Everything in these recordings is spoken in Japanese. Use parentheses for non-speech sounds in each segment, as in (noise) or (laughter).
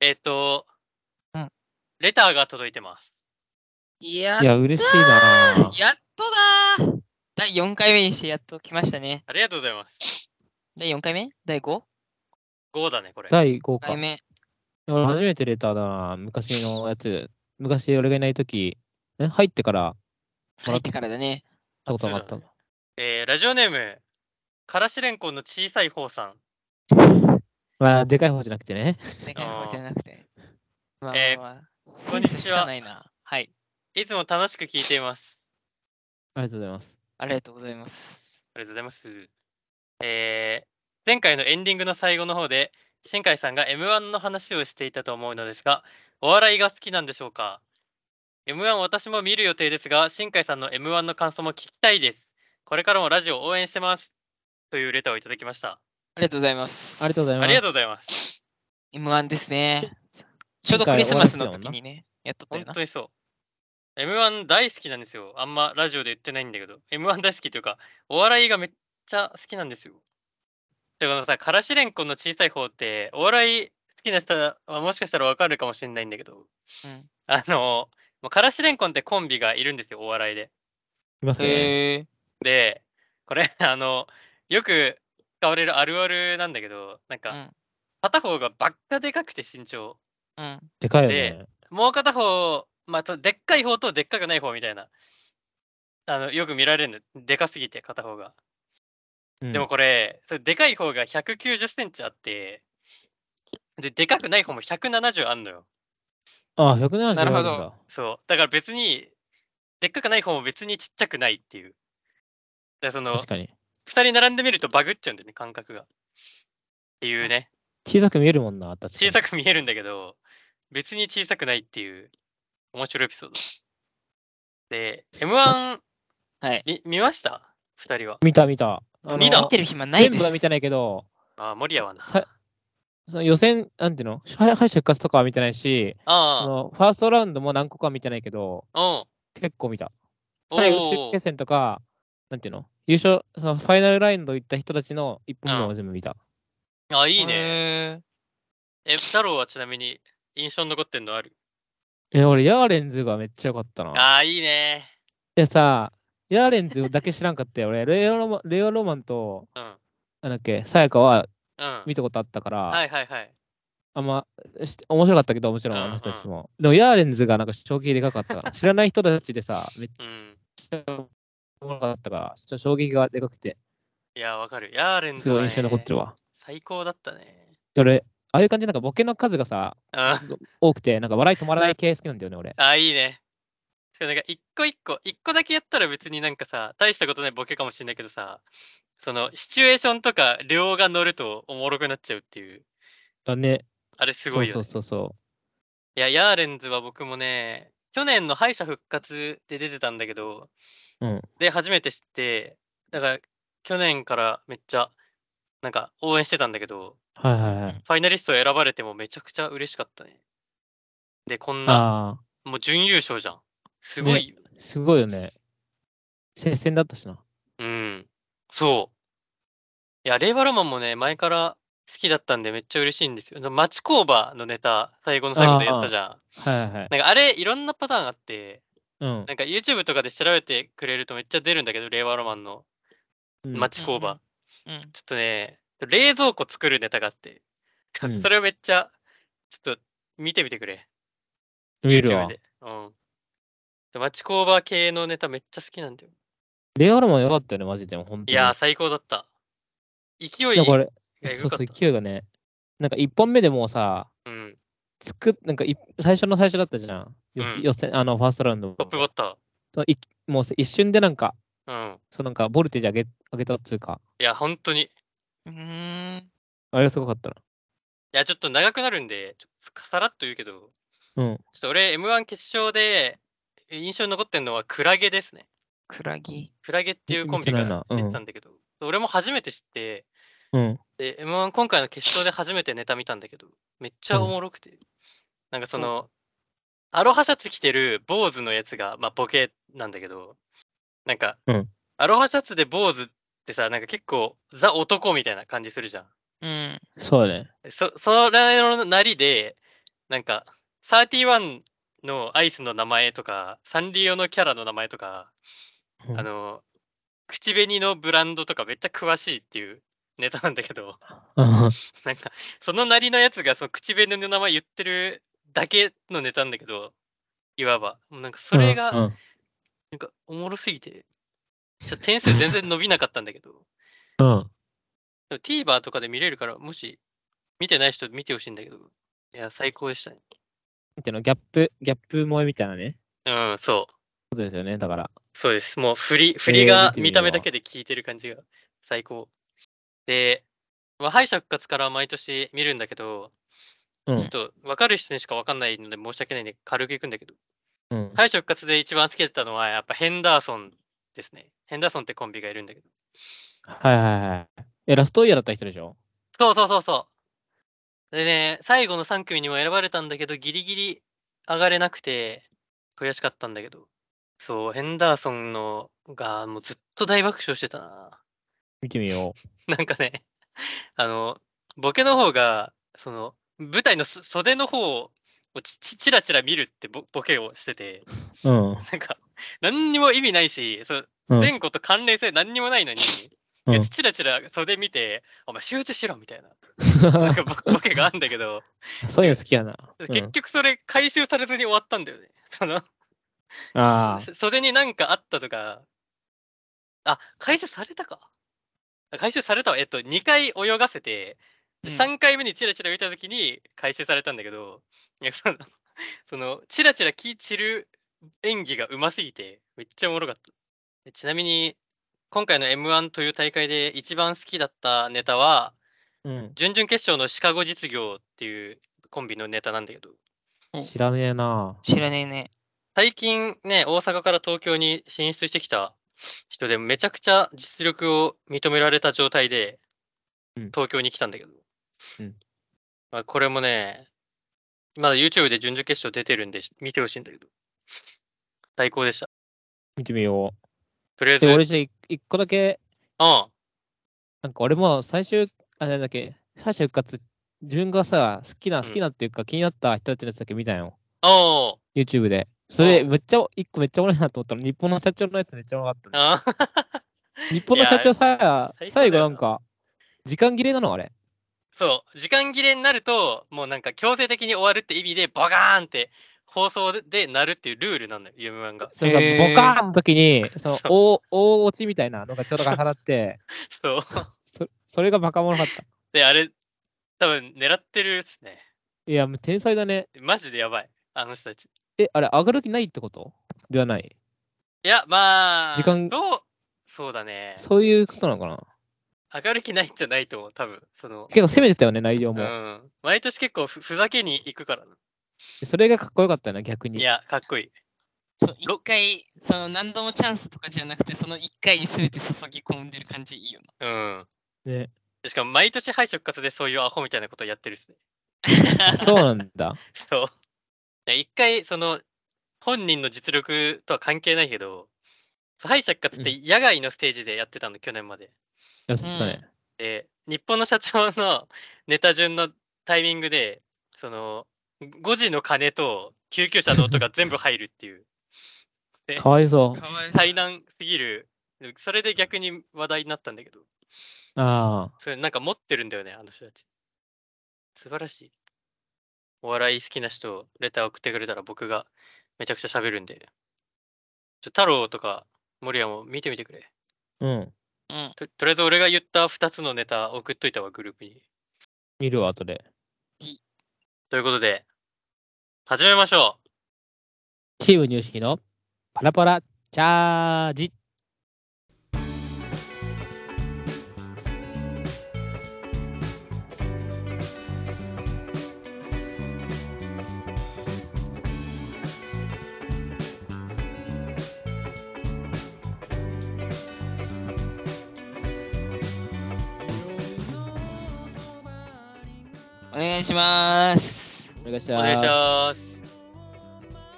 えっ、と、うんレターが届いてます。いやいや、嬉しいなやっとだー第4回目にしてやっと来ましたね。ありがとうございます。第4回目第 5? 5だね、これ。第5回か。目。俺初めてレターだな昔のやつ。昔俺がいないとき、え入ってから入ってからだね。会ったことなかったそうだねえーラジオネーム、からしれんこんの小さい方さん。まあ、でかい方じゃなくてね。でかい方じゃなくて。まあえーまあまあ、こセんンにちはスしかないな。はい。いつも楽しく聞いています。ありがとうございます。ありがとうございます。ありがとうございます。えー前回のエンディングの最後の方で、新海さんが M1 の話をしていたと思うのですが、お笑いが好きなんでしょうか ?M1 私も見る予定ですが、新海さんの M1 の感想も聞きたいです。これからもラジオ応援してます。というレターをいただきました。ありがとうございます。ありがとうございあます。りがとうございます。います。M1 ですね。ちょうどクリスマスの時にね、やっとった本よな。当にそう。M1 大好きなんですよ。あんまラジオで言ってないんだけど、M1 大好きというか、お笑いがめっちゃ好きなんですよ。だからさ、からしれんこんの小さい方って、お笑い好きな人はもしかしたらわかるかもしれないんだけど、うんあの、もうからしれんこんってコンビがいるんですよ、お笑いで。いますね。へで、これ、 (laughs) あの、よく使われるあるあるなんだけど、なんぇか、ー。片方がばっかでかくて身長、うん。うん。でかいよね。もう片方、まあ、とでっかい方とでっかくない方みたいな。あのよく見られるの。でかすぎて、片方が。うんでもこれ、それでかい方が190センチあって、で、でかくない方も170あんのよ。あ、170なるほどあんだ。そう。だから別に、でっかくない方も別にちっちゃくないっていう。だからその確、かに。 2人並んでみるとバグっちゃうんだよね、感覚が。っていうね。小さく見えるもんな、確か小にさく見えるんだけど、別に小さくないっていう面白いエピソード。で、M1 はい。み見ました二人は。見た見た。あの見た見てる暇ないで全部す。は見てないけど、あー、森谷はな。さその予選、なんていうの敗敗者復活とかは見てないし、そあのファーストラウンドも何個かは見てないけど、あ、結構見た。おー最後、終決戦とか、なんていうの優勝、そのファイナルラインド行った人たちの一本目うを全部見た。うん。あ、いいね。ね。え、太郎はちなみに印象に残ってんのあるえ、俺、ヤーレンズがめっちゃ良かったな。ああ、いいね。でさ、ヤーレンズだけ知らんかったよ。俺、レオロマンレオロマンと、うんなんだっけ、さやかはうん。見たことあったから、はいはいはい。あんま、し面白かったけど、もちろん、うんうんあの人たちも。でも、ヤーレンズがなんか衝撃でかかったから。知らない人たちでさ、めっうん。ちゃおもろかったから、ちょっと衝撃がでかくて、いや、わかる。ヤーレンすズごはいね、印象に残ってるわ。最高だったね。俺、ああいう感じでなんかボケの数がさ、うん。あ多くて、なんか笑い止まらない系好きなんだよね、俺。あ、いいね。しかもなんか一個一個、一個だけやったら別になんかさ、大したことないボケかもしれないけどさ、そのシチュエーションとか量が乗るとおもろくなっちゃうっていう、だね。あれすごいよね。そうそうそうそいや、ヤーレンズは僕もね、去年の敗者復活で出てたんだけど、うんで、初めて知って、だから、去年からめっちゃ、なんか、応援してたんだけど、う。はいはいはい。ファイナリスト選ばれてもめちゃくちゃ嬉しかったね。で、こんな、ああ、もう準優勝じゃん。すごいよね。すごいよね。接戦だったしな。うん。そう。いや、レイバロマンもね、前から好きだったんでめっちゃ嬉しいんですよ。町工場のネタ、最後の最後でやったじゃん。はいはいはい。なんか、あれ、いろんなパターンあって、うんなんか YouTube とかで調べてくれるとめっちゃ出るんだけど、令和ロマンのうん。町工場。うん。ちょっとね、冷蔵庫作るネタがあって、う (laughs) んそれをめっちゃ、ちょっと見てみてくれ。見るわ YouTube。で。うん。で町工場系のネタめっちゃ好きなんだよ。レオロマン良かったよね、マジで。本当いに。やー、最高だった。勢いいや、こがれ、エそグうかそっう、た。勢いがね。なんか1本目でもうさ、うん。つく、なんかい最初の最初だったじゃん。ようん予選、あの、ファーストラウンドも。トップバッタそのいもうさ一瞬でなんか、ー。うん。そうなんか、ボルテージ上げ上げたっつうか、いや、本当に。いうーん。あれがすごかったな。や、ちょっと長くなるんで、ちょっとさらっと言うけど、うん。ちょっと俺、M1 決勝で印象に残ってるのはクラゲですね。クラギ。クラゲっていうみコンビ見てないがなうん出てたんだけど、俺も初めて知って、うん。で、M1 今回の決勝で初めてネタ見たんだけど、めっちゃおもろくて、なんかその、アロハシャツ着てる坊主のやつが、まあボケなんだけど、なんか、うんアロハシャツで坊主ってさ、なんか結構ザ男みたいな感じするじゃん。うん。そうだね。そ、それのなりで、なんか、31のアイスの名前とか、サンリオのキャラの名前とか、あの、口紅のブランドとかめっちゃ詳しいっていうネタなんだけど、 (laughs) うんなんか、そのなりのやつがその口紅の名前言ってるだけのネタなんだけど、いわば。もうなんか、それが、うんなんか、おもろすぎて、ちょっと点数全然伸びなかったんだ (laughs) けど、うん。でも TVer とかで見れるから、もし、見てない人見てほしいんだけど、いや、最高でしたね。なんていうの、ギャップ、ギャップ萌えみたいなね。うん、そう。ことですよね、だから。そうです。もう振り、振りが見てみよう見た目だけで聞いてる感じが最高。で、まあ、敗者復活から毎年見るんだけど、うちょっん。と分かる人にしか分かんないので申し訳ないんで軽くいくんだけど、うん。敗者復活で一番つけてたのはやっぱヘンダーソンですね。ヘンダーソンってコンビがいるんだけど。はいはいはい。え、ラストイヤーだった人でしょそうそうそうそう。でね、最後の3組にも選ばれたんだけど、ギリギリ上がれなくて、悔しかったんだけど。そう、ヘンダーソンのがもうずっと大爆笑してたな。見てみよ (laughs) なんかね、あの、ボケの方が、その、舞台のす袖の方をちちちらちら見るってボボケをしてて、う。 (laughs) うん。なんか、何にも意味ないし、そうん前後と関連性何にもないのに、うんいやちらちら袖見て、お前集中しろみたいな、なんかボボケがあんだけど、そういうの好きやな。うん (laughs) 結局それ回収されずに終わったんだよね。その、あそ袖になんかあったとか、あ、回収されたかあ回収されたわ。えっと、2回泳がせて、うん3回目にチラチラ見たときに回収されたんだけど、いやその、 (laughs) その、チラチラ気散る演技がうますぎて、めっちゃおもろかった。でちなみに、今回の M1 という大会で一番好きだったネタは、あ。うん。準々決勝のシカゴ実業っていうコンビのネタなんだけど、知らねえな。知らねえね。最近ね、大阪から東京に進出してきた人で、めちゃくちゃ実力を認められた状態でうん、東京に来たんだけど、うんまあ、これもね、まだ YouTube で準々決勝出てるんで、見てほしいんだけど、最高でした。見てみよとりあえう。ず、で、うん、俺じゃあい一個だけ、なんか俺も最終、あれだっけ、敗者復活、自分がさ、好きな、ん好きなっていうか気になった人たちのやつだけ見たんよ。おう YouTube で。それ、めっちゃ、一個めっちゃおもろいなと思ったの。日本の社長のやつめっちゃおもろか (laughs) ったね。あー日本の社長さいや、最後なんか、時間切れなのあれ。そう、時間切れになると、もうなんか強制的に終わるって意味で、バガーンって放送でなるっていうルールなのよ、夢漫が。そのさ、へーボカーンの時 (laughs) に、そのそ、大、大落ちみたいなのがちょうど重なって、 (laughs) そう。そそれがバカもろかった。で、あれ、多分狙ってるっすね。いや、もう天才だね。マジでやばい、あの人たち。え、あれ、上がる気ないってことではない。いや、まあ、時間どうそうだね。そういうことなのかな明るきないんじゃないと思う、多分その、結構攻めてたよね、内容うも。ん。毎年結構ふふざけに行くからな。それがかっこよかったな、逆いに。や、かっこいい。そう、ろ一回、その何度もチャンスとかじゃなくて、その一回に全て注ぎ込んでる感じいいようん。ね、しかも、毎年敗者復活でそういうアホみたいなことやってるっすね。 (laughs) そうなんだ。そう。いや一回、その、本人の実力とは関係ないけど、敗者復活って野外のステージでやってたの、去年まで。よし、そうね。で、日本の社長の (laughs) ネタ順のタイミングで、その、5時の鐘と救急車の音が全部入るっていう、うんかわいそな。う。かわい災難すぎる、それで逆に話題になったんだけど、あそれなんか持ってるんだよね、あの人たち。素晴らしい。お笑い好きな人、レター送ってくれたら僕がめちゃくちゃ喋るんで。ちょ太郎とか森谷も見てみてくれ。あ、うん。うん。ととりあえず俺が言った2つのネタ送っといたわ、グループに。見るわ、後で。ということで、始めましょう。チーム入式のパラパラチャージ。お願いします。お願いしおます。願いします。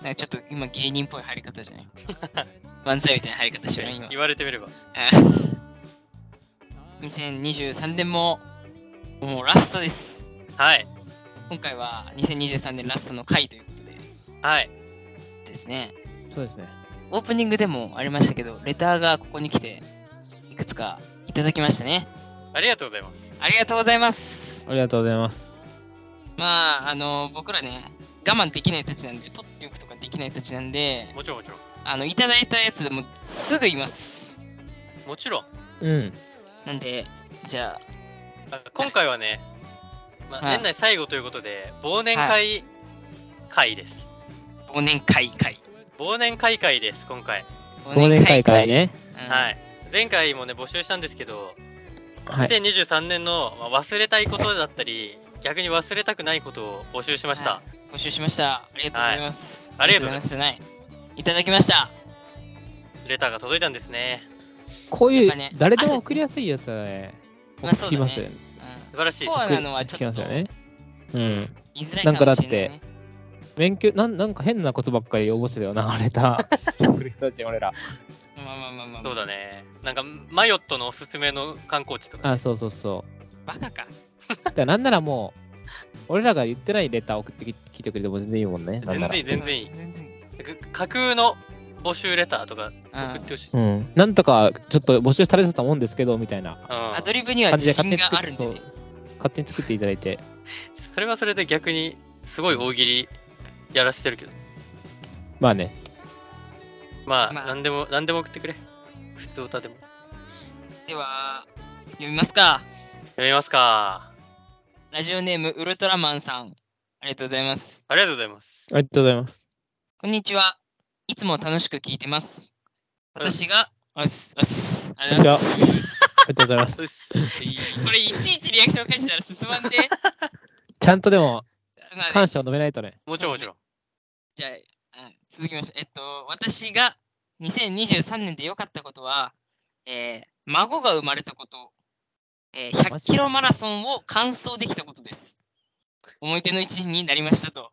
なんかちょっと今芸人っぽい入り方じゃ (laughs) ない漫才みたいな入り方しよう今。言われてみれば。 2023年ももうラストです。はい。今回は2023年ラストの回ということではい。ですね、そうですね。オープニングでもありましたけど、レターがここに来て、いくつかいただきましたね。ありがとうございます。ありがとうございます。ありがとうございます。まあ、あの、僕らね、我慢できないたちなんで、取っておくとかできないたちなんで、もちろんもちろん。あの、いただいたやつもうすぐ言います。もちろん。うん。なんで、じゃあ今回はね、まあ、はい年内最後ということで、忘年会会です。あ、忘年会会。忘年会会です、今回。忘年会からね。うん。はい。前回もね、募集したんですけど、はい。 2023年のまあ忘れたいことだったり、逆に忘れたくないことを募集しました。募集しました。ありがとうございます。はいありがとうございまありがとうございます。じゃない。いただきました。レターが届いたんですね。こういやっうぱね、誰でも送りやすいやつはね、まあそうだね送りますよね。素晴らしいうん。コア送なりのは聞ちきょまっすとよね。うん。言いづらいかもしれない、ね。なんかだ免許、なんなんか変なことばっかり応募してたよな、あ (laughs) れた。送る人たち、俺ら。まあまあまあまあ、そうだ。ね。なんか、マヨットのおすすめの観光地とか、あ、そうそうそう。バカか。だからなんならもう、俺らが言ってないレター送ってき聞いてくれても全然いいもんね。なん全なら然いい、全然いい。全然いい。架空の募集レターとかうん送ってほしい。うん。なんとか、ちょっと募集されてたもんですけど、みたいなうんアドリブには感じで自勝手信にがあるんで、作って、ねそ。う勝手に作っていただいて。それはそれで逆にすごい大喜利やらせてるけどまあね、まあ、まあ何でも何でも送ってくれ普通歌でもでは、読みますか。読みますかラジオネームウルトラマンさん。ありがとうございます。ありがとうございますありがとうございます。こんにちは。いつも楽しく聞いてます。うん私が、おっす、おっす。あこんりにがちとうは。あございます。りがとうございま (laughs) すうっ。すいいこれ、いちいちリアクション返したら進まんで。ちゃんとでまも、あね感謝を述べないとね。もちろんもち (laughs) ろんじゃあ、うん続きまして、えっと、私が2023年で良かったことは、えー孫が生まれたこと、えー100キロマラソンを完走できたことです。思い出の一日になりましたと。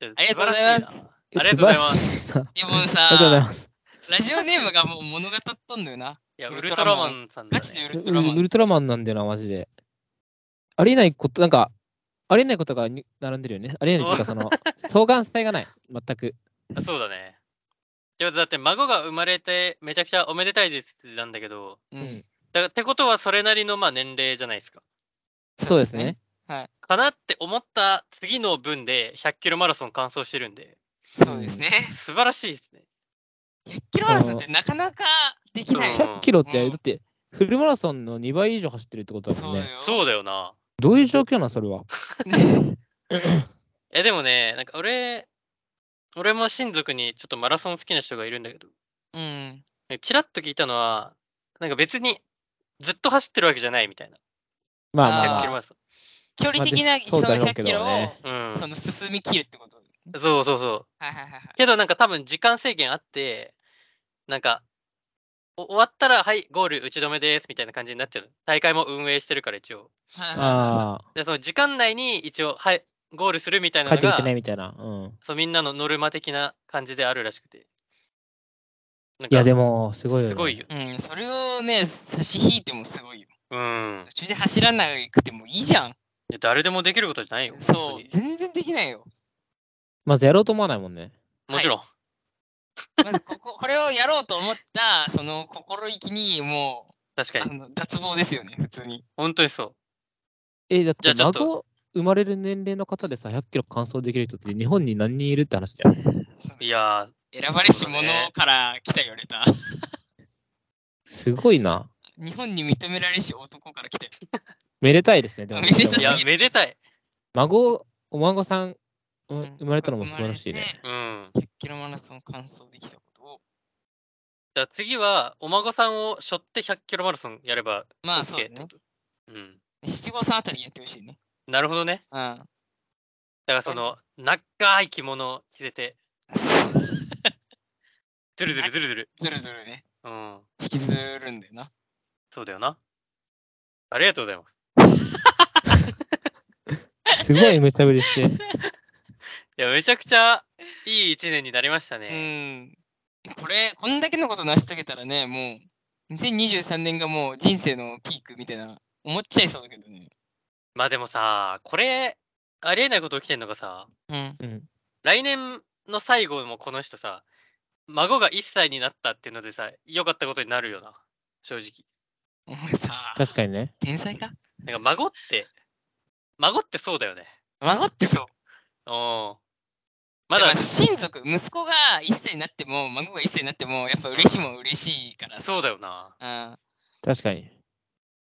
ありがとうございま素晴らしす。ありがとうございます素晴らしいな。いや、もう (laughs) ありがとうございさ、ます。ラジオネームがもう物語っとんだよな。いないやウウルルトトララママンンさんだ、ガね、チでウルトラマウン。ルトラマンなんだよな、マジで。ありえないこと、なんか、ありえないことがに並んでるよね。ありえないっていうか、その、相関性がない。全く。あそうだねいやだって孫が生まれてめちゃくちゃおめでたいですなんだけどうんだってことはそれなりのまあ年齢じゃないですかそうですね。。かなって思った次の分で100キロマラソン完走してるんでそうですね。素晴らしいですね100キロマラソンってなかなかできない。そう100キロって、うんだって、フルマラソンの2倍以上走ってるってことだもそんうよね。。そうだよなどういう状況なの、それは。え、でもね、なんか俺、俺も親族にちょっとマラソン好きな人がいるんだけど、うん。なんかチラッと聞いたのは、なんか別にずっと走ってるわけじゃないみたいな。まああまー100あキロマまラソ距離的なまあでそそうのだろう100けキロどを、ねン。うん。その進み切るってこと。そうそうそう。はいはいはいはい。けどなんか多分時間制限あって、なんか、お終わったら、はい、ゴール打ち止めですみたいな感じになっちゃう。大会も運営してるから一応。ああで、その時間内に一応、はい、ゴールするみたいあ、な帰のってきてが、ね、みたいな。うん。そうみんなのノルマ的な感じであるらしくて。なんいや、かでも、すごいよ、ね。すごいよ。うん、それをね、差し引いてもすごいよ。うん途。中で走らなくてもいいじゃん。いや誰でもできることじゃないよ。そ本う、全然できないよ。まずやろうと思わないもんね。当にもちろん。まずここ、 (laughs) これをやろうと思った、その心意気にも確う、かあに。の脱帽ですよね、普通に。本当にそえ、だっじゃてあちょっと。孫生まれる年齢の方でさ、100キロ完走できる人って日本に何人いるって話だよ。そういやの選ばれし者から来たよ、レター。すごいな。日本に認められし男から来たよ。めでたいですね、でも。めでた (laughs) ー、いや、めでたい。孫、お孫さん、ううん生まれたのも素晴らしい (laughs) ね。。う生まん。れて100キロマラソン完走できたことを。じゃあ次は、お孫さんを背負って100キロマラソンやればまあ、そう OK だってこと。ね。うん。七五三あたりにやってほしいね。なるほどね。うん。だからその、長い着物を着せ (laughs) て、ずるずるずるずる。ずるずるね。うん。引きずるんだよな。そうだよな。ありがとうございます。すごい無茶ぶりして。いや、めちゃくちゃいい一年になりましたうね。ん。これ、こんだけのこと成し遂げたらね、もう、2023年がもう人生のピークみたいな、思っちゃいそうだけどね。まあでもさ、これ、ありえないこと起きてんのがさ、うん。うん。来年の最後もこの人さ、孫が1歳になったっていうのでさ、良かったことになるよな、正直。お前さ、確かにね。天才かなんか孫って、孫ってそうだよね。孫ってそうう。ん。ままだだ、親族、息子が一歳になっても、孫が一歳になっても、やっぱ嬉しいもん嬉しいからさ。そうだよな。うん。確かに。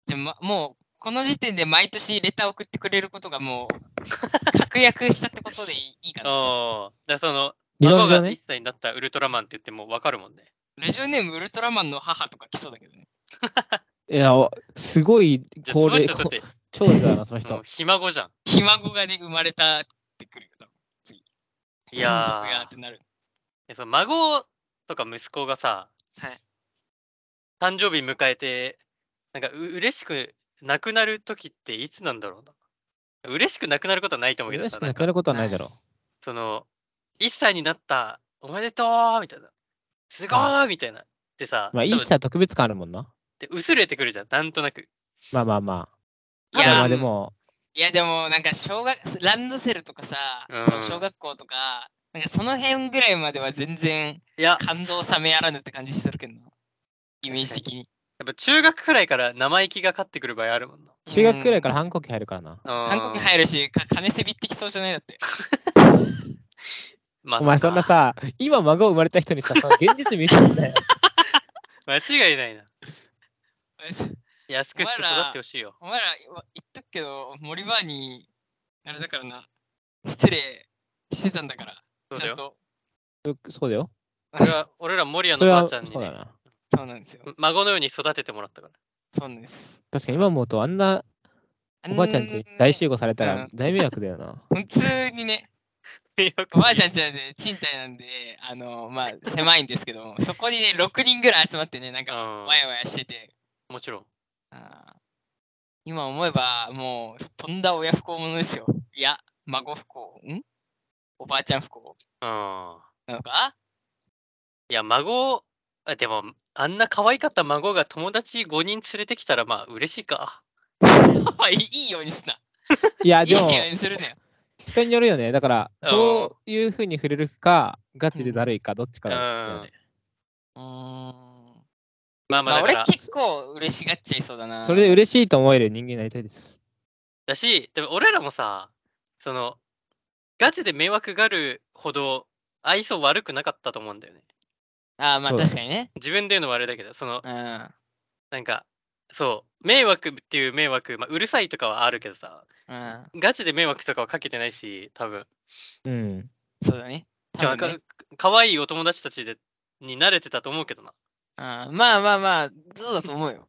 じゃあ、ま、もう、この時点で毎年レター送ってくれることがもう、確約したってことでいいいいかな。うん。だからその、理孫論が上ね1。歳になったウルトラマンって言っても分かるもんね。ラジオネームウルトラマンの母とか来そうだけどね。いや、おすごいじゃあそ高の齢、人だって、長女 (laughs) だな、そのもう人。ひ孫じゃん。ひ孫がね、生まれたってくるよ、多分次。いやー親族がってなる。でその孫とか息子がさ、はい。誕生日迎えて、なんかう嬉しくなくなる時っていつなんだろうな。嬉しくなくなることはないと思うけど嬉さし、くななんくかなることはないだろその、1歳になった、おめでとうみたいな。すごあーみたいな。ってさ、 (laughs) う。まあ、多一分切特別感あるもんな。で薄れてくるじゃん、なんとなく。まあまあまいあ。まあまやあーでも、いやでもなんか小学ランドセルとかさ、うんその小学校とかなんかその辺ぐらいまでは全然いや、や感動冷めやらぬって感じしてるけどなイメージ的にっぱ中学くらいから生意気が勝ってくる場合あるもんな。中学くらいから反抗期入るからな。うん韓国入るしか金せびってきそうじゃないだってまあお前っかそんなさ、今孫生まれた人 (laughs) にさ、その現実見せるんだよ。間違いないな。いや、すくすく育お前らってほしいよ。お前らわ言っとくけど森バーにあれだからな失礼してたんだからそうちだゃんよ。とそうだよ。俺は俺ら森屋そのればあは、ちそゃうんに、だね、な。そうなんですよ孫のように育ててもらった (laughs) から。そうなんです確かに今思うと、あんなおばあちゃんち大集合されたうらん大迷惑だよな。あのね普通にねおばあちゃんちはね、賃貸なんで、あの、まあ、狭いんですけども、そこにね、6人ぐらい集まってね、なんか、うんわやわやしてて、もちろん。あー今思えば、もう、とんだ親不孝者ですよ。いや、孫不孝、んおばあちゃん不孝うん。なのか (laughs) いや、孫を、あでも、あんな可愛かった孫が友達5人連れてきたら、まあ、嬉しいか。おいいいようにすな。いや、いいでよも、うにするなよ。人によるよね。だから、うんそういうふうに触れるか、ガチでだるいか、どっちかだよね。うーん。まあままあ、だあ、か俺ら、結構嬉しがっちゃいそうだな。それで嬉しいと思える人間になりたいです。だし、でも俺らもさ、その、ガチで迷惑があるほど、愛想悪くなかったと思うんだよね。ああ、まあそうだね確かにね。自分で言うのはあれだけど、その、うん。うなんか、そう、迷惑っていう迷惑、まあ、うるさいとかはあるけどさ、ん。ガチで迷惑とかはかけてないし、多分。うん。そうだね。でも多分ねかかわいいお友達たちでに慣れてたと思うけどな。あーまあまあまあ、そうだと思うよ。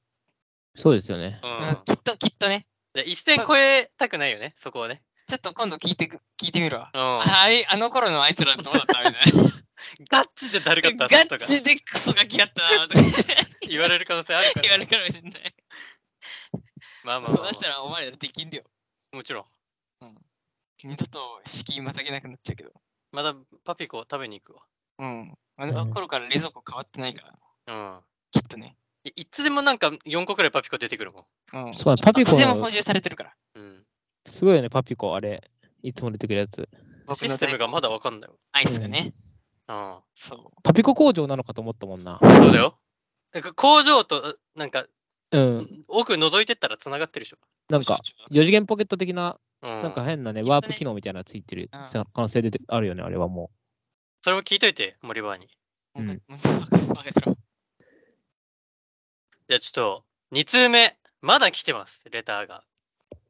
そうですよね。うん。きっと、きっとね。で一線超えたくないよね、そこをね。ちょっと今度聞いてく聞いてみるわ。うん。あいあの頃のあいつらどうだった (laughs) みたいガッチでだるかったな。っすと (laughs) ガかチでクソガキやったなとか言われる可能性あるから。 (laughs) 言われるかもしれない。まあまあそうまあだまったらお前らできんだよ。あ、もちろん。二度と敷居またげなくなっちゃうけど。まだパピコ食べに行くうん。あの頃から冷蔵庫変わってないから、わ。うん。きっとね。いいつでもなんか4個くらいパピコ出てくるもうん。そうだ、パピいつコでも補の、充されてるから。ん。うん。すごいよね、パピコ、あれ。いつも出てくるやつ。システムがまだわかんないわ。アイスがね。うん。そう。パピコ工場なのかと思ったもんな。そうだよ。なんか工場と、なんか、うん。奥覗いてったら繋がってるでしょ。なんか、焼4次元ポケット的な、うん。なんか変なね、きっとねワープ機能みたいなのついてるうん可能性出てあるよね、あれはもそれも聞いといて、森バーに。酎うんもうちょっと分かってろ。じゃあちょっと、2通目。まだ来てます、レターが。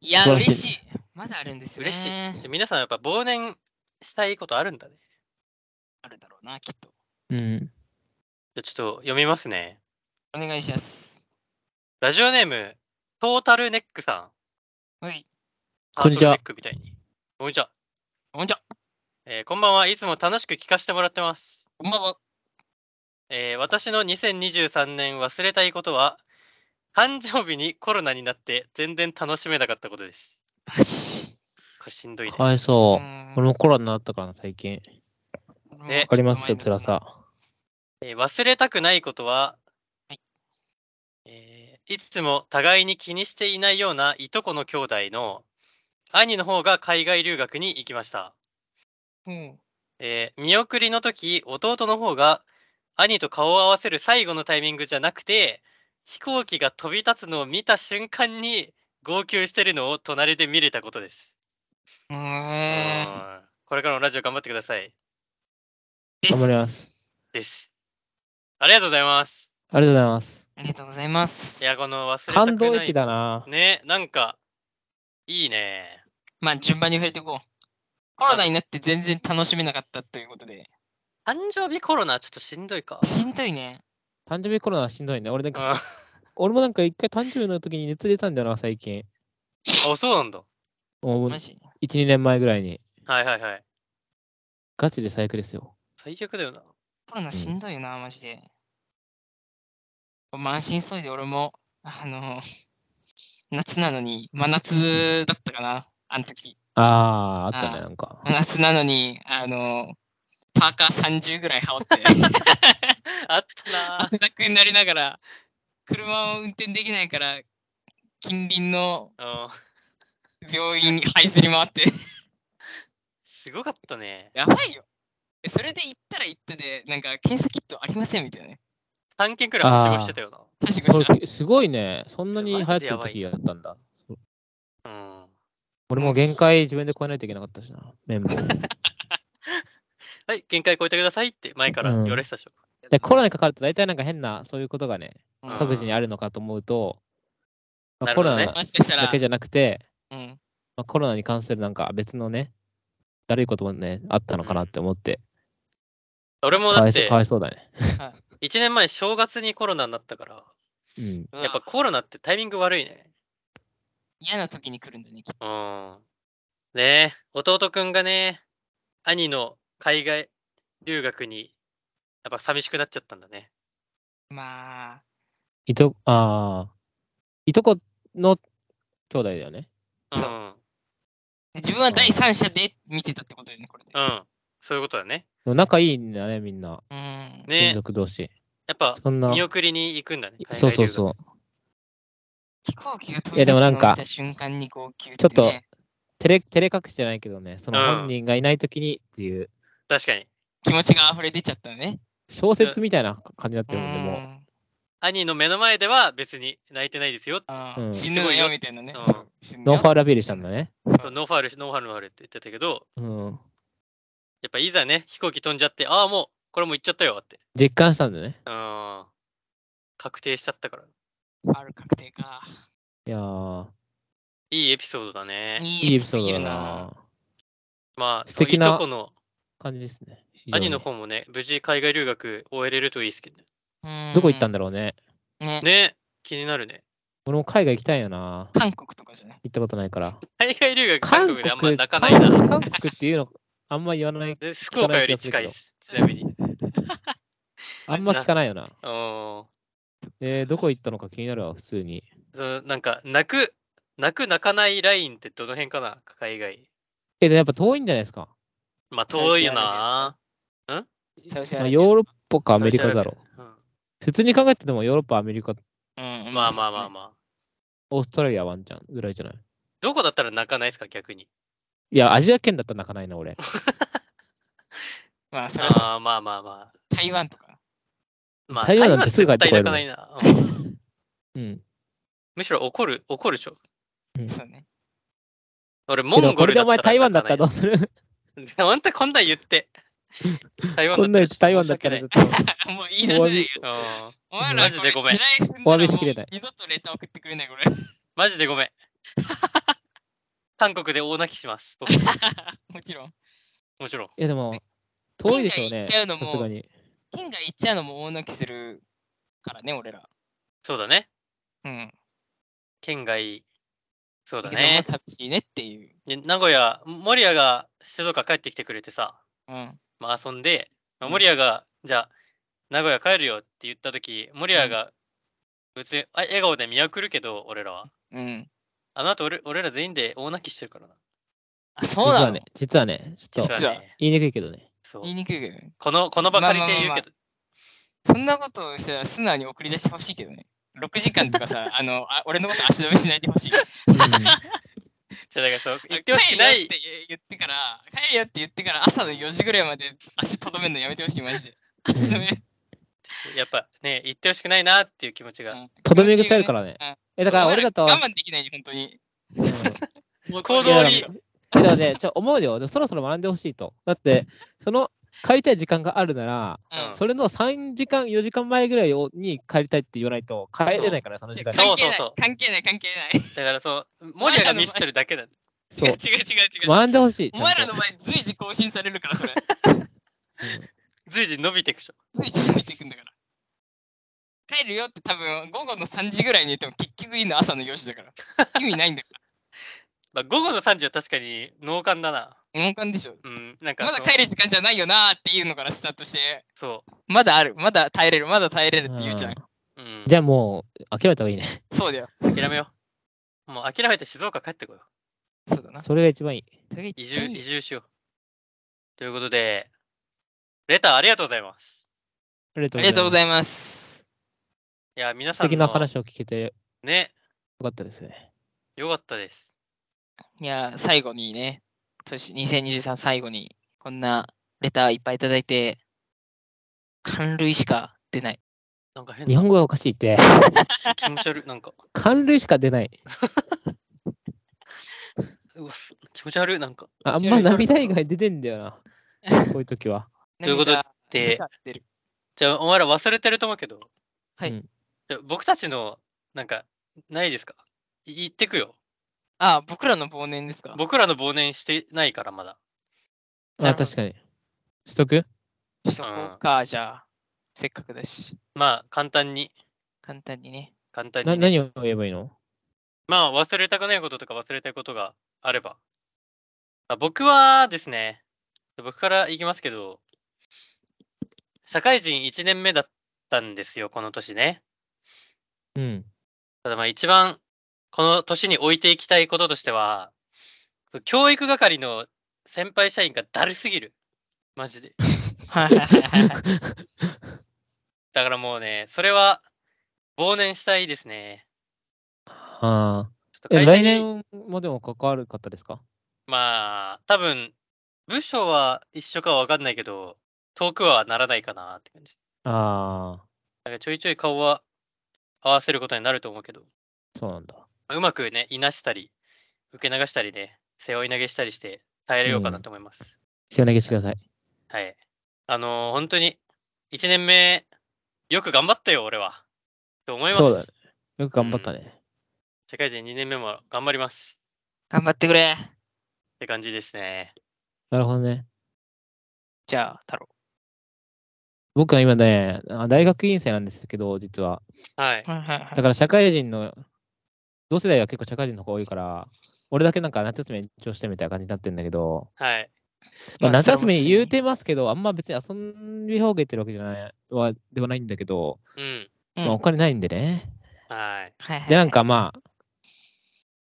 いや、素晴らしい嬉しい。まだあるんですね。嬉しい。で皆さんやっぱ忘年したいことあるんだね。あるだろうな、きっと。う。うん。じゃあちょっと読みますね。お願いします。ラジオネーム、トータルネックさん。はい。こんにちはタートルネックみたいに。こんにちは。ほんじゃ。えーこんばんはいつも楽しく聞かせてもらってます。こんばんは。えー私の2023年忘れたいことは、誕生日にコロナになって全然楽しめなかったことです。バシ。これしんどいねか。わいそうう。ん俺もコロナになったからな、最近。ねわかりますよ、辛。さ。えー忘れたくないことは、はいえーいつも互いに気にしていないようないとこの兄弟の、兄の方が海外留学に行きました。うん。えー見送りの時、弟の方が兄と顔を合わせる最後のタイミングじゃなくて、飛行機が飛び立つのを見た瞬間に号泣してるのを隣で見れたことです。うーん。うんこれからもラジオ頑張ってください。です頑張りま。す。です。ありがとうございます。ありがとうございます。ありがとうございますい。や、この忘れたくない。感動的だな。ね、なんか、いいね。まあ、順番に触れていこう。コロナになって全然楽しめなかったということで。誕生日コロナちょっとしんどいか。しんどいね。誕生日コロナはしんどいね。俺なんうん (laughs) か、あ、俺もなんか一回誕生日の時に熱出たんだよな、最近。そうなんだ。もうマ1、ジ。 2年前ぐらいに。はいはいはい。ガチで最悪ですよ。最悪だよな。 (laughs) コロナしんどいよな、マジで。満身創痍で俺も、あの、夏なのに、真夏だったかな、あの時。あー、あったあね、ーなんか。真夏なのに、あの、パーカー30ぐらい羽織って、あったな汗だくになりながら、車を運転できないから、近隣の (laughs) ぁ。うん。病院に這いずり回って、すごかったね。やばいよ。えそれで行ったら行ったで、なんか検査キットありませんみたいなね。 3件くらいはしごしてたよ確かそに。れすごいね。そんなに流行ってる時やったんだ。な。うん。俺も限界自分で超えないといけなかったしな、メンバー。はい、限界超えてくださいって前から言われてたでしょ。で、コロナにかかると大体なんか変な、そういうことがね、うん各自にあるのかと思うと、まあなるほコロどねナもしかしただらけ、じゃなくて、うん、まあ、コロナに関するなんか別のね、だるいこともね、あったのかなって思って、俺もかだわっいそうてかわいそうだね。 1年前正月にコロナになったから、うん。うわやっぱコロナってタイミング悪いね。嫌な時に来るんだね、きっとうん。ねえ、弟くんがね、兄の海外留学にやっぱ寂しくなっちゃったんだね。まあ、いと、ああ、いとこの兄弟だよね。うん。そううん。自分は第三者で見てたってことだよね、これで。そういうことだね。でも仲いいんだね、みんな。うん。親ね族同士。やっぱそんな見、送りに行くんだね。海そう外留そう学そう。飛行機が飛いびやで立もつのなんを見かた瞬間に号泣ちょっとてね照れ、照れ隠しじゃないけどね、そのうん本人がいないときにっていう、確かに。気持ちが溢れ出ちゃったね。小説みたいな感じになってうるもんで、もん兄の目の前では別に泣いてないですよ。あうーん死ぬわよみたいなねうん。そう死ぬう、ノわーファールアピールしたんだね。そうノーファール、ノーファール、ノーファールって言ってたけど、うん。やっぱいざね、飛行機飛んじゃって、ああ、もう、これもう行っちゃったよって。実感したんだね。うん。確定しちゃったから。ある確定か。いやー、いいエピソードだね。いいいいエピエピソソーードドだだな。な。まあ、素敵なそういとこの感じですね。非常に兄の方もね、無事海外留学終えれるといいですけどね。うんどこ行ったんだろうね。ねね、気になるね。俺も海外行きたいよな。韓国とかじゃない行ったことないから。海外留学、韓韓国国、であ韓んま国泣かないな。韓国っていうの、あんま言わない、で福岡より近いです、ちなみに。あんま聞かないよな。うん。えー、どこ行ったのか気になるわ、普通に。そうなんか、泣く、泣く、泣かないラインってどの辺かな海外。え、でやっぱ遠いんじゃないですか。まあ、遠いよな。サウジアまあ、ラビアヨーロッパかアメリカだろう。うん普通に考えててもヨーロッパ、アメリうカ、んまあまあまあまあ。オーストラリア、ワンちゃんぐらいじゃないどこだったら泣かないですか、逆に。いや、アジア圏だったら泣かないな、俺。まあ、それはそうああ、まあまあま台湾とか。あ。まあ、台湾なんてすぐ帰ってこれ台る湾もんは絶対泣かないな。うんうん。むしろ怒る、怒るでしょ。そうね。 (laughs) 俺、モけどンこゴれルでだお前ったら台湾だったらどらうする泣かない。本当こんなん言って。台湾こんなだやっつた台ら湾ちだょっっとたら申しずっ訳と。もう言い出せないよ。ないうんお前らマジでごめん地雷踏んだらお詫びしきれないもう二度とレター送ってくれない、これ。 (laughs) マジでごめん。韓国で大泣きします。僕もちろん。もちろん。いや、でも、遠いでしょう県外行ね。っちゃうのもさすがに。県外行っちゃうのも大泣きするからね、俺ら。そうだね。うん。県外。そうだけどもね。寂しいねっていう。で名古屋、守屋が静岡帰ってきてくれてさ、うん。まあ遊んで、まあ、うん守屋が、じゃあ、名古屋帰るよって言った時守屋が、別にあ笑顔で見送るけど、俺らは。うん。あの後俺、俺ら全員で大泣きしてるからな。あ、実そうなはの、ね、実はね、ちょっと実はね。言いにくいけどね。そう言いにくいけどね。この、この場借りて言うけど、そんなことをしたら素直に送り出してほしいけどね。6時間とかさ、あの、あ俺のこと足止めしないでほしい。うんじゃあだからそう、言ってほしく帰るよなっいて。言ってから、帰るよって言ってから朝の4時ぐらいまで足とどめるのやめてほしい、マジで。足止め。やっぱね、言ってほしくないなっていう気持ちが。うんとどめ癖あるからねうん。え、だから俺だと、我慢できないね、本当に。うん行いや動だに。からだからね、ちょ思うよ。でもそろそろ学んでほしいと。だって、その帰りたい時間があるなら、うんうんそれの3時間、4時間前ぐらいをに帰りたいって言わないと帰れないからね、その時間に。そう関係ないそうそう関係ない、関係ない。だからそう、森谷がミスってるだけだ。(laughs) そ違う。う違う違う違う。学んでほしい。ちおゃ前んとらの前随時更新されるから、それ。随時伸びていくでしょ。随時伸びていくんだから。帰るよって多分午後の3時ぐらいに言っても結局いいの朝の4時だから。意味ないんだかまあ、午後の3時は確かに脳幹だな。ら。 (laughs) 鈍感でしょ。うん、なんかまだそう帰る時間じゃないよなーっていうのからスタートして、そまだある、まだ耐えれる、まだ耐えれるって言うじゃん。う。うん、じゃあもう、諦めた方がいいね。そうだよ。諦めよう。もう諦めて静岡帰ってこよそうだな。それが一番いい。それがう。移一住、番いい移住しよう。ということで、レターありがとうございます。ありがあとうりがとうごございざいます。いや、皆ます。素さん敵なの話を聞けてよね、かったですね。よかったです。いやー、最後にね、年2023最後に、こんなレターいっぱいいただいて、感類しか出ない。なんか変日な本語がおかしいって、気持ち悪い。なんか、関類しか出ない。うわす気持ち悪い。なんか、ああんま涙以外出てんだよな。こういう時は。ということで涙しか出るじゃあ、お前ら忘れてると思うけど、はいうんじゃあ僕たちの、なんか、ないですかい言ってくよ。あー、僕らの忘年ですか僕らの忘年してないから、まだ。なあ、るほど確かに。しとくしとこうか、じゃあ、せっかくだし、まあ、簡単に、簡単に (laughs) ね。簡単になね、何を言えばいいのまあ、忘れたくないこととか忘れたいことがあれば。あ僕はですね、僕から言いきますけど、社会人1年目だったんですよ、この年ね。うん。ただまあ一番、この年に置いていきたいこととしては、教育係の先輩社員がだるすぎる。マジで。はいはいはいはいだからもうね、それは忘年したいですね。 (laughs) はあ。ちょっとえ会社来に年もでも関わる方ですかまあ、多分、部署は一緒かは分かんないけど、遠くはならないかなって感じ。ああ、だからちょいちょい顔は合わせることになると思うけど、そうなんだ。うまくね、いなしたり、受け流したりね、背負い投げしたりして耐えれようかなと思います。塩投げしてください。はい。あのー本当に、1年目、よく頑張ったよ、俺は。と思います。そうだね。よく頑張ったね。社会人2年目も頑張ります。頑張ってくれ。って感じですね。なるほどね。じゃあ、太郎。僕は今ね、あ大学院生なんですけど、実は。はい。はいはいだから社会人の、同世代は結構社会人の方が多いから、俺だけなんか夏休み延長してみたいな感じになってんだけど、はい。ままあ、あ夏休みそれも別に言うてますけど、あんま別に遊びほうげてるわけじゃないはではないんだけど、うん。うんまあ、お金ないんでね。はい。はいはいで、なんかまあ、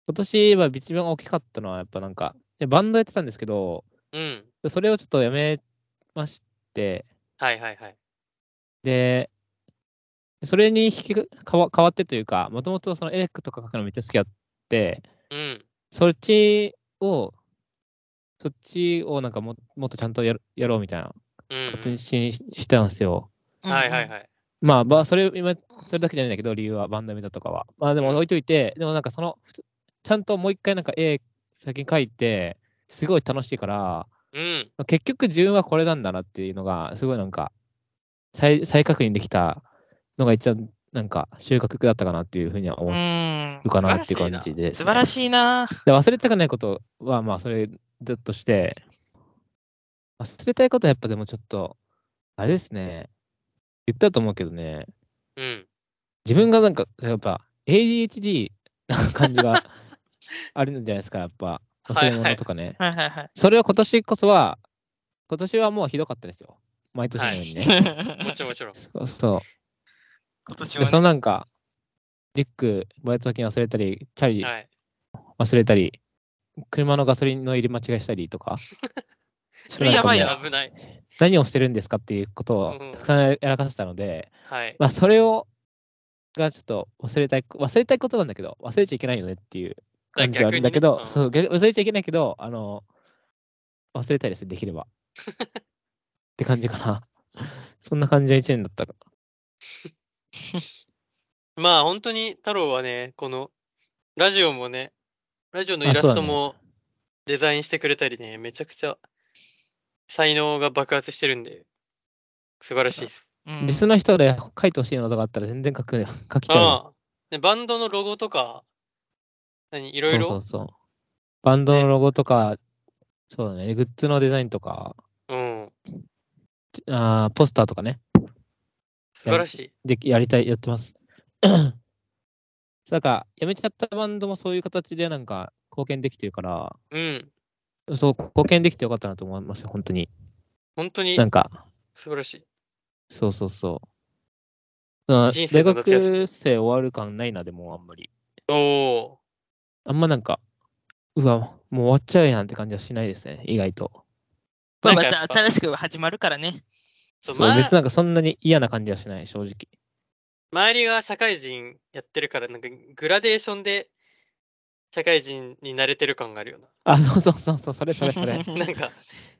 今年は一番大きかったのは、やっぱなんか、バンドやってたんですけど、うん。それをちょっとやめまして、はいはいはい。で、それに引きか変わ変わってというか、もともとその絵とか描くのめっちゃ好きだって、うん。そっちを、そっちをなんかももっとちゃんとやるやろうみたいなうんうん、ことにししてたんですよ。はいはいい。はい。まあ、まあ、それ、今、それだけじゃないんだけど、理由はバンドメだとかは。まあ、でも置いといて、でもなんかその、ふつちゃんともう一回なんか絵先に描いて、すごい楽しいから、うん。結局自分はこれなんだなっていうのが、すごいなんか、再再確認できたのが一番、なんか、収穫だったかなっていうふうにはう思んう。かなっていう感じで。素晴らしいな。で忘れたくないことは、まあ、それだとして、忘れたいことはやっぱでもちょっと、あれですね、言ったと思うけどね、うん。自分がなんか、やっぱ ADHD な感じがあるんじゃないですか、やっぱ、忘れ物とかね。はいはいはい。それは今年こそは、今年はもうひどかったですよ、毎年のようにね。も (laughs) 今ちろんもちろ (laughs) ん。そうそう年ではそのね。なんか、リュック、バイト先に忘れたり、チャリはい。忘れたり、車のガソリンの入れ間違いしたりとか、 (laughs) それやばいなんなか。危ない。何をしてるんですかっていうことうんをたくさんやらかしたので、はい。まあ、それを、がちょっと忘れたい、忘れたいことなんだけど、忘れちゃいけないよねっていう感じではあるんだけ逆にど、ねうんそう逆忘れちゃいけないけど、あの、忘れたいです、でき (laughs) れば。って感じかな。そんな感じの1年だったか。まあ本当に太郎はね、このラジオもね、ラジオのあイラそうスだトねもデザインしてくれたりね、めちゃくちゃ才能が爆発してるんで、素晴らしいです。うんリスの人で書いてほしいのとかあったら全然書くよ。書きたいわ。ああでバンドのロゴとか、何、いろいそろうそうそう。バンドのロゴとか、そうだね、グッズのデザインとか、うん、あーポスターとかね、素晴らしい。でやりたい、やってます。 (coughs) なんか、辞めちゃったバンドもそういう形でなんか貢献できてるから、うん、そう、貢献できてよかったなと思いますよ、本当に。本当になんか、素晴らしい。そうそうそう。うん人生大の夏休み学生終わる感ないな、でもあんまり。おおあんまなんか、うわ、もう終わっちゃうやんって感じはしないですね、意外と。まあなまんかやたっぱ新しく始まるからね。そうそう、まあ別になんかそんなに嫌な感じはしない、正直。ー、周りが社会人やってるから、なんかグラデーションで社会人に慣れてる感があるよあ、そうそうそうそう、それそれそれ。 (laughs) な。なんか、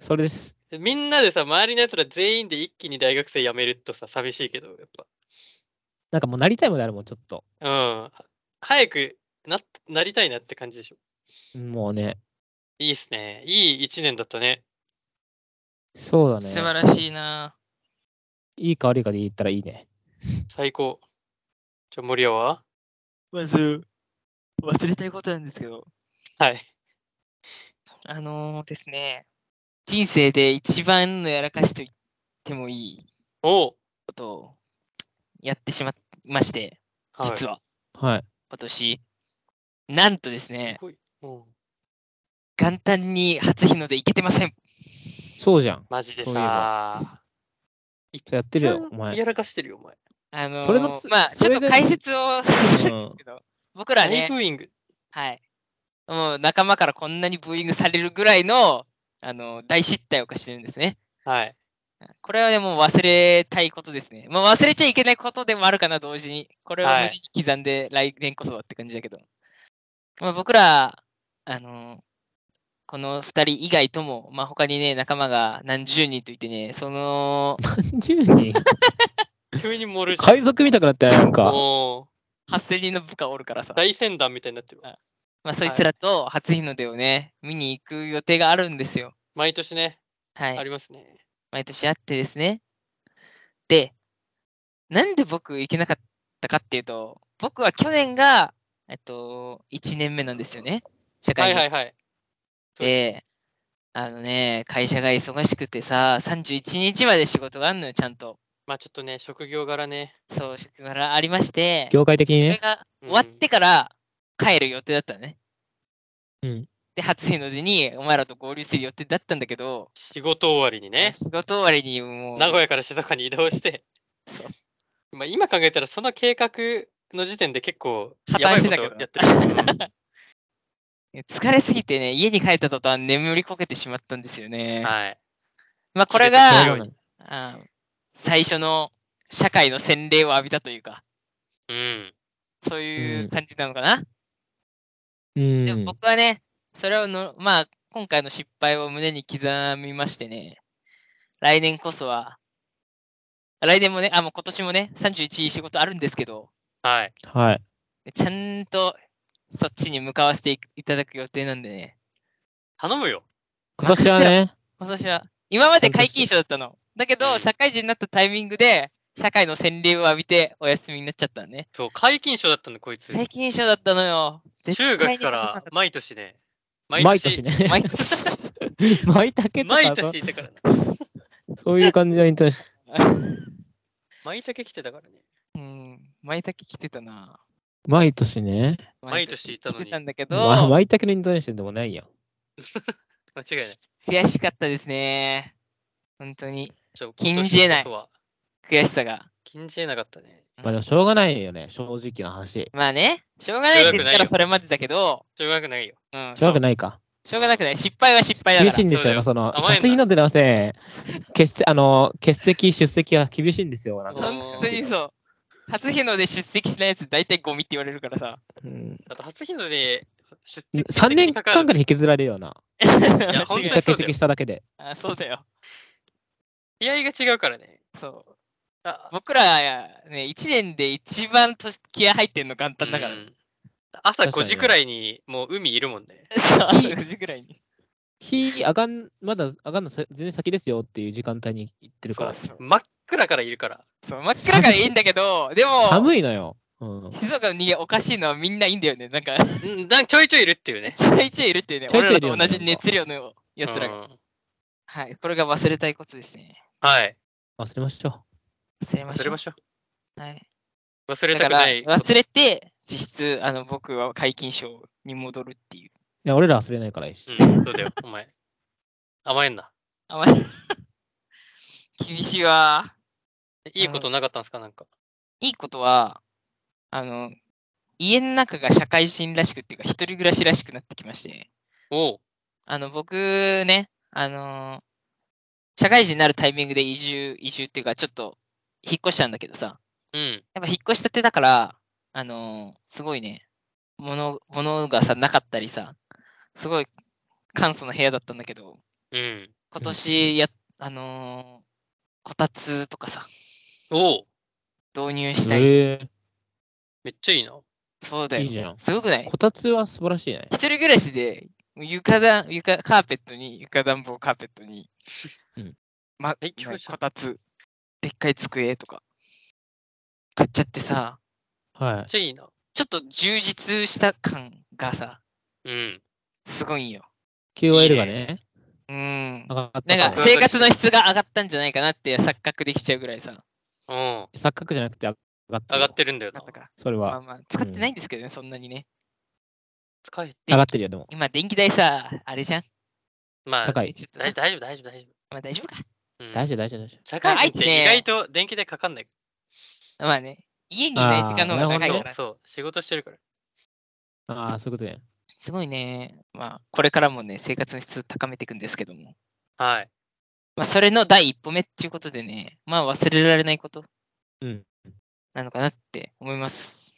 それです。みんなでさ、周りのやつら全員で一気に大学生辞めるとさ、寂しいけど、やっなんかもうなりたいもであるもん、ちょっと。ぱ。うん。早くなっなりたいなって感じでしょ。もうね、いいっすね。いい一年だったね。そう素だ晴ね。らしいな。いいか悪いかで言ったらいいね。最高。じゃあ、森谷はまず、忘れたいことなんですけど。はい。あのーですね、人生で一番のやらかしと言ってもいいおう。ことをやってしまいまして、はい、実ははい。今年、なんとですね、ほい。うん。元旦に初日の出行けてません。そうじゃん。マジでそういえさ。そうやってるよ、お前。やらかしてるよ、お前。あのーそれのすまあ、そちれょっでと解説を (laughs) するんですけど、僕ら何ねブ、ーイング。はい、もう仲間からこんなにブーイングされるぐらいの、あのー大失態を犯してるんですね。はい。これはね、もう忘れたいことですね。もう忘れちゃいけないことでもあるかな、同時に。これをはい胸に刻んで、来年こそはって感じだけど。まあ、僕ら、あの、この2人以外とも、まあ、他にね、仲間が何十人といてね、その30人。 (laughs) 急に盛るじゃん。海賊みたくなったよ、なんか。お8000人の部下おるからさう。大船団みたいになってるわ。まあ、そいつらと初日の出をね、見に行く予定があるんですよ。毎年ね、はあい。りますね。毎年あってですね。で、なんで僕行けなかったかっていうと、僕は去年が、えっと、1年目なんですよね。社は会い人はいはい。そうで、あのね、会社が忙しくてさ、31日まで仕事があんのよ、ちゃんと。まあちょっとね、職業柄ね。そう、職場がありまして、業界的にそれね。がうん終わってから帰る予定だったのね。うんで、初日の出にお前らと合流する予定だったんだけど、仕事終わりにね、仕事終わりにもう、名古屋から静岡に移動してそう、まあ今考えたらその計画の時点で結構破綻やばいしてこたとけやっどてる。疲れすぎてね、家に帰った途端眠りこけてしまったんですようん (laughs) ね。はい。まあこれそうがよ、あ最初の社会の洗礼を浴びたというか、うん。そういううん感じなのかな。うんでも。僕はね、それをの、まあ今回の失敗を胸に刻みましてね、来年こそは、来年もね、あ、もう今年もね、31仕事あるんですけど、はい。はい。ちゃんとそっちに向かわせていいただく予定なんでね、頼むよ。今年はね、今年は、今までちゃんとし皆勤賞だったの。だけうど、ん社会人になったタイミングで、社会の洗礼を浴びてお休みになっちゃったのね。そう、皆勤賞だったの、こいつ。皆勤賞だったのよ。絶対中に学から毎年ね。毎年ね。毎年。 (laughs) 毎竹とか毎そう年いたからね。そういう感じのインターネット毎年来てたからね。うん、舞茸来てたな。毎年ね。毎年いたのに来てたんだけど、まあ、舞茸のインターネットでもないやん。間違いない。悔しかったですね。本当にちょ禁じ得ない。今年こそは悔しさが。禁じ得なかったね。まあでもしょうがないよね、正直な話。まあね、しょうがないって言ったらそれまでだけど、しょうがないよ。うん、しょうそうがないか。しょうがなくない。失敗は失敗だ厳かしいら。んですよ、そその、甘えんな初日の出のせい、欠席、あの、欠席、出席は厳しいんですよ、なんか。本当にそう。初日の出出席しないやつ大体ゴミって言われるからさ。うんあと初日の出、そう出費3年間からかい引きずられるような。いや本当にそうだよ一回欠席しただけで。 (laughs) あそうだよ。気合が違うからね。そう。あ僕らや、ね、1年で一番年気合入ってんの簡単だから。うん朝確か5に時くらいにもう海いるもんね。そういい9時ぐらいに。日上がん、まだ上がんのさ全然先ですよっていう時間帯に行ってるから。そう真っ暗からいるから。そう、真っ暗からいいんだけど、でも、寒いのよ。うん。静岡の人間おかしいのはみんないいんだよね。なんか、うん、なんかちょいちょいいるっていうね。ちょいちょいいるっていうね、ちょ俺いちょいらいるとよ同ねじ熱量のやつらうが。んはい、これが忘れたいことですね。はい。忘れましょう。忘れま忘しれょまう。しょはい、う。忘れだたかくら、ない。忘れて、実質、あの僕は皆勤賞に戻るっていう。いや、俺ら忘れないから一緒。うん、 (laughs) そうだよ、お前。甘えんな。あまり (laughs) 厳しいわ。いいことなかったんですか、なんか。いいことは、あの、家の中が社会人らしくっていうか、一人暮らしらしくなってきまして、おう。あの、僕ね、あの、社会人になるタイミングで移住、移住っていうか、ちょっと引っ越したんだけどさ、うん。やっぱ引っ越したてだから、あの、すごいね、物、物がさ、なかったりさ、すごい簡素な部屋だったんだけど、うん。今年や、あの、こたつとかさ、おう。導入したり、えめっちゃいいな。そうだー、よ。いいじゃん。すごくないこたつは素晴らしいね。一人暮らしで床だ床カーペットに床暖房カーペットに、うんま、最強ねじゃんこたつでっかい机とか買っちゃってさはめっちゃいいな。ちょっと充実した感がさうん。すごいんよい。QOL がね、うん上がったならんか生活の質が上がったんじゃないかなって錯覚できちゃうぐらいさうん。錯覚じゃなくて上がって上るがってるんだよな。なんかそれまあは。まあ使ってないんですけどね、そんなにね使え。上がってるよ、でも。今電気代さあれじゃん、まあ、高いはいちょっとさ大大丈夫、大丈夫、大丈まあ大丈夫か夫。うん大丈夫、大丈夫、大丈社会ま人あ愛っ知てね意外と電気代かかんない。まあね家にいない時間の方があー長なるいほかどらそう、そう仕事してるから。夫。ああ、そういうことね。すごいね。まあ、これからもね、生活の質高めていくんですけども。はい。まあ、それの第一歩目っていうことでね、まあ、忘れられないことうん。なのかなって思います。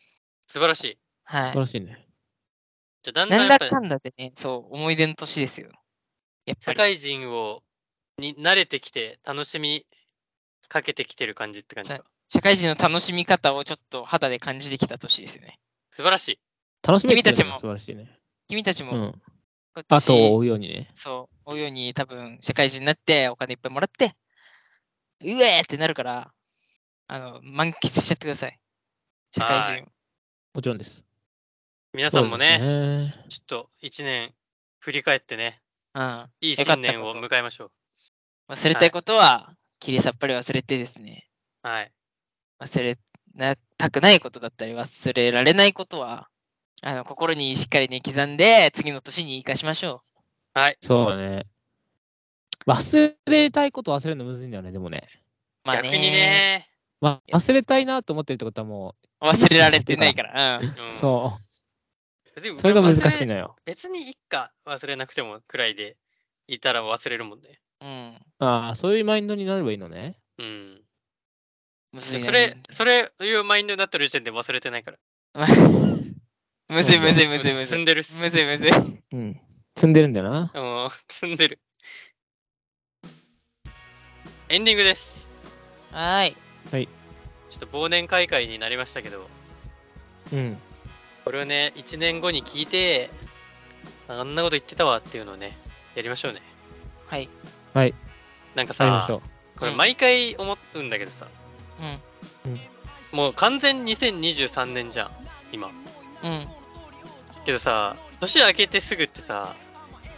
素晴らしい。はい素晴。らしいね。じゃあ、だんだなんんやっだぱりかんだでね、そう、思い出の年ですよ。やっぱ社り。会人を、に慣れてきて、楽しみかけてきてる感じって感じか。社会人の楽しみ方をちょっと肌で感じてきた年ですよね。素晴らしい。楽しみって君たいうのちも素晴らしいね。君たちもう今ん。年、後を追うようにね。そう、追うように多分、社会人になって、お金いっぱいもらって、うえーってなるから、あの、満喫しちゃってください。社会は人いを。もちろんです。皆さんもね、そうですねちょっと一年振り返ってね、うん。いいよかった新年をこと迎えましょ忘れたいことは、きれいさっぱり忘れてですね、う。はい。忘れなたくないことだったり、忘れられないことは、あの心にしっかりね、刻んで、次の年に生かしましょはい。そうだね。忘れたいこと忘れるのむずいんだよね、でもね。う。まあ、逆に。ね、ま忘れたいなと思ってるってことはも忘れられてないから。うん。うんう、そ別う。にそれが難しい忘れのよ。別にいっか、忘れなくてもくらいでいたら忘れるもんね。うん。ああ、そういうマインドになればいいのね。うん。むずいねそ (laughs) れ、それいうマインドになってる時点で忘れてないから。まあむずいむずいむずいむず積い。んでるっす。むずいむずい。うん。積んでるんだよな。うん、積んでる。エンディングです。はーい。ちょっと忘年会会になりましたけど、うん。これをね、1年後に聞いて、あんなこと言ってたわっていうのをね、やりましょうね。はい。なんかやりまさし、ょう。これうん毎回思うんだけどさ、うん。もう完全2023年じゃん、今。うん。けどさ、年明けてすぐってさ、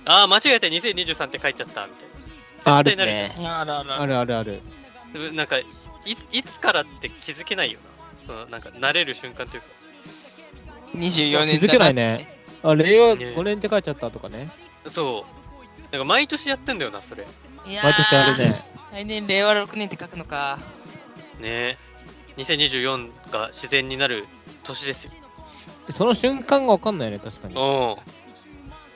ああ、間違えて2023って書いちゃったみたいあ対るなるじゃんね。あらああるあるある。なう。なんかい、いつからって気づけないよな。そのなんか、慣れる瞬間というか。 24年気づけないね。あ、令和ね5年って書いちゃったとかね。そう。なんか、毎年やってんだよな、それ。いやー毎年あるね。来年、令和6年って書くのか。ね2024が自然になる年ですよ。その瞬間がわかんないね、確かに。うん。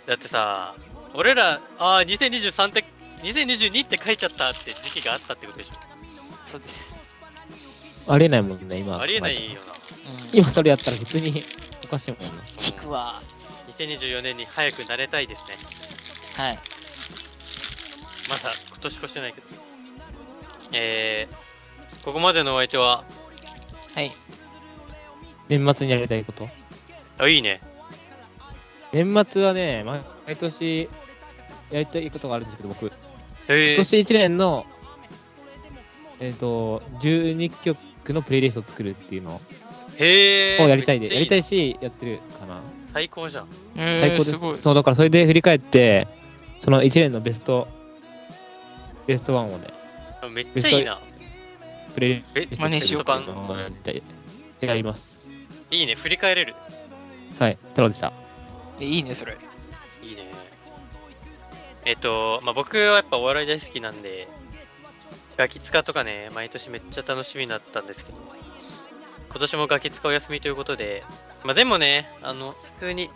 だってさ、俺ら、ああ、2023って、2022って書いちゃったって時期があったってことでしょ。そうです。ありえないもんね、今。ありえないよな。うん今それやったら普通におかしいもんね。引くわ。 2024年に早くなれたいですね。はい。まだ今年越してないけど。えー、ここまでのお相手は、はい。年末にやりたいこと。あ、いいね。年末はね、毎毎年やりたいことがあるんですけど、僕、え今ー、年1年の、えっ、と、12曲のプレイリストを作るっていうのへーをやりたいめっで、ちゃやりたいいし、やってるかな。ね。最高じゃん。最高です。すごい。そうだからそれで振り返って、その1年のベスト、ベストワンをね、めっちゃいいな。プレイリスえ、ト真似しよう作るのをやりたいやります。いいね。振り返れる。はい、太郎でした。えいいね、それ。いいね。えっと、まあ、僕はやっぱお笑い大好きなんで、ガキ使とかね、毎年めっちゃ楽しみだったんですけど、今年もガキ使お休みということで、まあ、でもね、あの、普通に、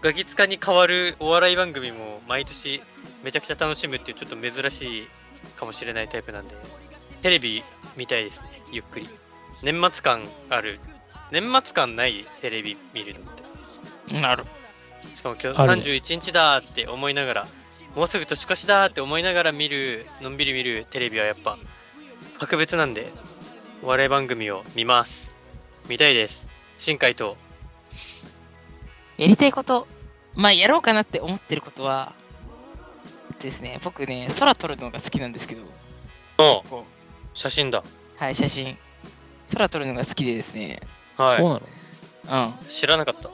ガキ使に変わるお笑い番組も毎年めちゃくちゃ楽しむっていうちょっと珍しいかもしれないタイプなんで、テレビ見たいですね、ゆっくり。年末感ある、年末感ないテレビ見るのって。なる。しかも今日あるね31日だーって思いながら、もうすぐ年越しだーって思いながら見る、のんびり見るテレビはやっぱ格別なんで、お笑い番組を見ます。見たいです。新海と、やりたいこと、まあ、やろうかなって思ってることは、ですね、僕ね、空撮るのが好きなんですけど、のこ写真だ。うはい、写真。空撮るのが好きでですね、そうはなのうん。い。知らなかった。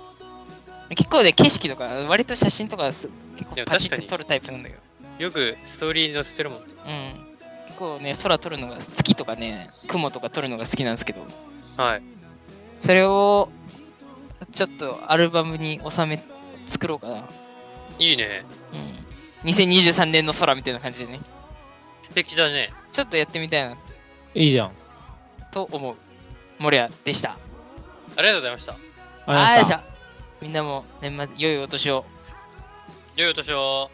結構ね、景色とか、割と写真とかす、結で構もパチ確っかてに撮るタイプなんだけど、よくストーリーに載せてるもんね。うん。結構ね、空撮るのが、月とかね、雲とか撮るのが好きなんですけど、はい。それを、ちょっとアルバムに収め、作ろうかな。いいね。うん。2023年の空みたいな感じでね、素敵だね。ちょっとやってみたいないいじゃん。あと思う。モレアでした。ありがとうございました。りがとうございました。あーよっしゃみんなも年末良いお年を良いお年を。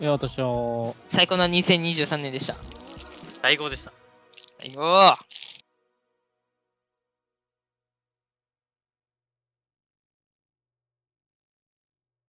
いや、私は。最高の2023年でした。最高でした。はいよー